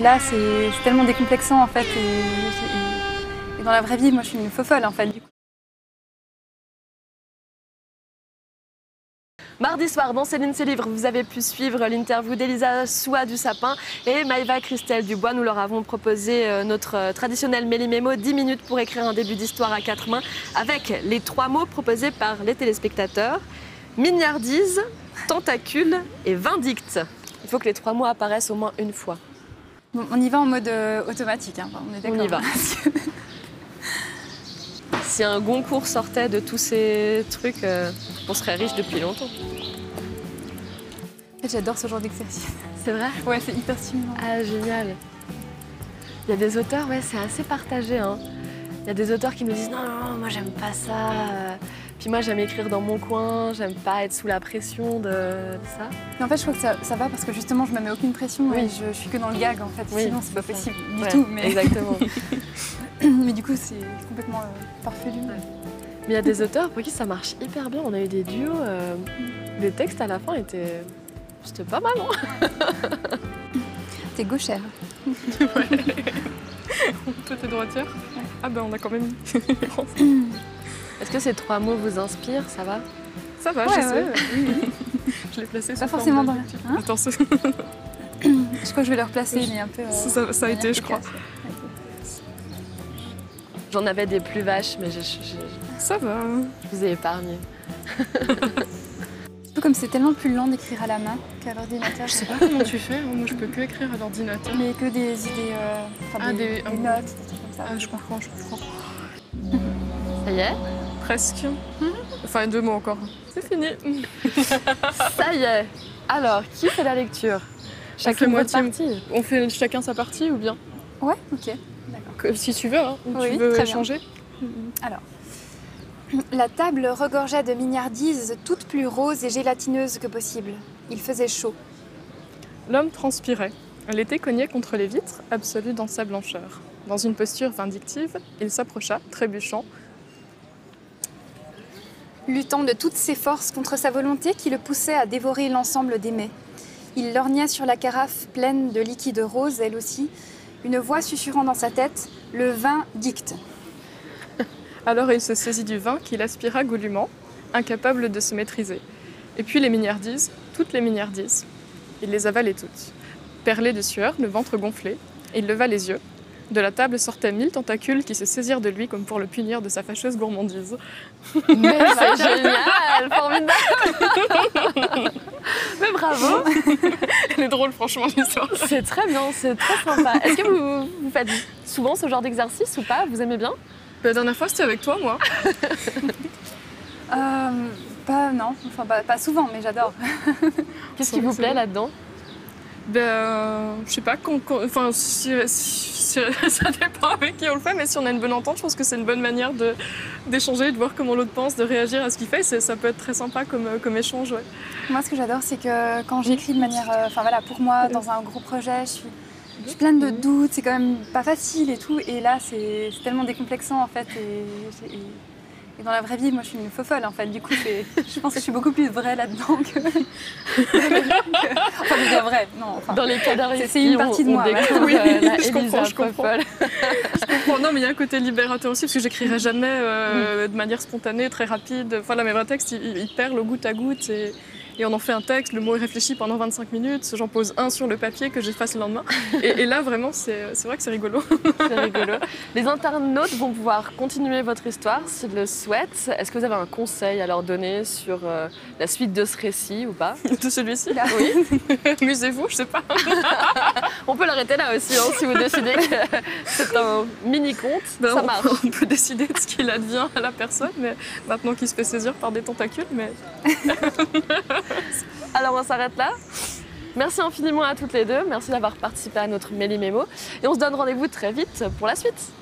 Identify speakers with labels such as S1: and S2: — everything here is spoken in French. S1: Et là, c'est c'est tellement décomplexant en fait. Et, et- et dans la vraie vie, moi, je suis une faux folle en fait. Du coup.
S2: Mardi soir, dans Céline C'est Livre, vous avez pu suivre l'interview d'Elisa Soua du Sapin et Maïva Christelle Dubois. Nous leur avons proposé euh, notre euh, traditionnel méli-mémo, 10 minutes pour écrire un début d'histoire à quatre mains, avec les trois mots proposés par les téléspectateurs mignardise, tentacule et vindicte. Il faut que les trois mots apparaissent au moins une fois.
S1: Bon, on y va en mode euh, automatique. hein. Enfin, on est
S2: On
S1: d'accord.
S2: y va. Si un Goncourt sortait de tous ces trucs, euh, on serait riche depuis longtemps.
S1: En fait, J'adore ce genre d'exercice.
S2: C'est vrai
S1: Ouais, c'est hyper stimulant.
S2: Ah, génial. Il y a des auteurs, ouais, c'est assez partagé. hein. Il y a des auteurs qui nous disent non, non, non, moi j'aime pas ça. euh, Puis moi j'aime écrire dans mon coin, j'aime pas être sous la pression de, de ça.
S1: Mais en fait, je crois que ça, ça va parce que justement, je me mets aucune pression
S2: Oui.
S1: et je, je suis que dans le gag en fait.
S2: Oui,
S1: Sinon, c'est pas
S2: c'est ça.
S1: possible du
S2: Ouais,
S1: tout. Mais,
S2: Exactement. Mais
S1: mais du coup, c'est complètement euh, parfait. lui.
S2: il y a des auteurs pour qui ça marche hyper bien. On a eu des duos, euh, les textes à la fin étaient. C'était pas mal, hein
S1: T'es gauchère.
S3: Toi, t'es droitière Ah, ben on a quand même une différence.
S2: Est-ce que ces trois mots vous inspirent Ça va
S3: Ça va,
S1: Ouais,
S3: Ah, je sais.
S1: ouais,
S3: Je l'ai placé sous
S1: Pas
S3: forme
S1: forcément
S3: de-
S1: dans la. hein
S3: Attends, ce-
S1: je crois que je vais le replacer, mais un peu. euh,
S3: ça, ça a été, je crois.
S1: efficace.
S2: J'en avais des plus vaches, mais je, je- je-
S3: Ça va. hein.
S2: je vous ai épargné.
S1: Surtout comme c'est tellement plus lent d'écrire à la main qu'à l'ordinateur.
S3: Je sais pas comment tu fais, hein moi je peux que écrire à l'ordinateur.
S1: Mais que des idées, euh, enfin,
S3: Ah,
S1: des, des
S3: des-
S1: notes, des trucs comme ça.
S3: Ah, je comprends, je comprends.
S2: Ça y est
S3: Presque.
S1: Hmm
S3: Enfin, deux mots encore. C'est fini.
S2: Ça y est Alors, qui fait la lecture
S3: fait
S2: Chacune votre
S3: moitié.
S2: partie.
S3: On fait chacun sa partie ou bien
S1: Ouais, ok, d'accord.
S3: Que- Si tu veux, hein, ou
S1: Oui,
S3: tu veux
S1: très bien.
S3: échanger
S4: La table regorgeait de mignardises, toutes plus roses et gélatineuses que possible. Il faisait chaud.
S3: L'homme transpirait. L'été cognait contre les vitres, absolu dans sa blancheur. Dans une posture vindictive, il s'approcha, trébuchant.
S4: Luttant de toutes ses forces contre sa volonté qui le poussait à dévorer l'ensemble des mets. Il lorgnait sur la carafe pleine de liquide rose, elle aussi, une voix susurrant dans sa tête Le vin dicte.
S3: Alors il se saisit du vin qu'il aspira goulûment, incapable de se maîtriser. Et puis les mignardises, toutes les mignardises. Il les avalait toutes. Perlé de sueur, le ventre gonflé, il leva les yeux. De la table sortaient mille tentacules qui se saisirent de lui comme pour le punir de sa fâcheuse gourmandise.
S2: Mais c'est génial Formidable Mais bravo
S3: Elle est drôle, franchement, l'histoire.
S2: C'est très bien, c'est très sympa. Est-ce que vous, vous faites souvent ce genre d'exercice ou pas Vous aimez bien
S3: La dernière fois, c'était avec toi, moi.
S1: Euh, pas, non, enfin, pas, pas souvent, mais j'adore.
S2: Qu'est-ce qui vous plaît là-dedans
S3: Ben, euh, je sais pas, qu'on- qu'on- enfin, si- si- si- ça dépend avec qui on le fait, mais si on a une bonne entente, je pense que c'est une bonne manière de- d'échanger, de, voir comment l'autre pense, de réagir à ce qu'il fait. C'est- Ça peut être très sympa comme, euh, comme échange, ouais.
S1: Moi, ce que j'adore, c'est que quand j'écris de manière. euh, Enfin, voilà, pour moi, dans un gros projet, je suis. Je suis pleine de doutes, c'est quand même pas facile et tout. Et là, c'est c'est tellement décomplexant en fait. Et, j'ai- et- et dans la vraie vie, moi, je suis une faux folle en fait. Du coup, c'est- je pense que je suis beaucoup plus vraie là-dedans que. que- enfin, je veux dire vraie, non. Enfin,
S2: Dans les cas d'arrêt,
S1: C'est- c'est une partie de moi, ouais.
S3: Oui,
S2: la
S3: je comprends,
S2: euh, Elisa
S3: je comprends.
S2: Poffol.
S3: Bon, non, mais il y a un côté libérateur aussi, parce que j'écrirai jamais euh, de manière spontanée, très rapide. Enfin, là, mes vrais textes, ils, ils perlent au goutte à goutte et, et on en fait un texte. Le mot est réfléchi pendant 25 minutes. J'en pose un sur le papier que j'efface le lendemain. Et, et là, vraiment, c'est c'est vrai que c'est rigolo.
S2: C'est rigolo. Les internautes vont pouvoir continuer votre histoire s'ils le souhaitent. Est-ce que vous avez un conseil à leur donner sur euh, la suite de ce récit ou pas
S3: De celui-ci,
S1: Là.
S3: oui. Amusez-vous, je sais pas.
S2: On peut l'arrêter là aussi hein, si vous décidez que c'est un mini-conte.
S3: Ben,
S2: ça
S3: on-
S2: marche.
S3: On peut décider de ce qu'il advient à la personne, mais maintenant qu'il se fait saisir par des tentacules, mais
S2: Alors on s'arrête là. Merci infiniment à toutes les deux. Merci d'avoir participé à notre Méli Mémo. Et on se donne rendez-vous très vite pour la suite.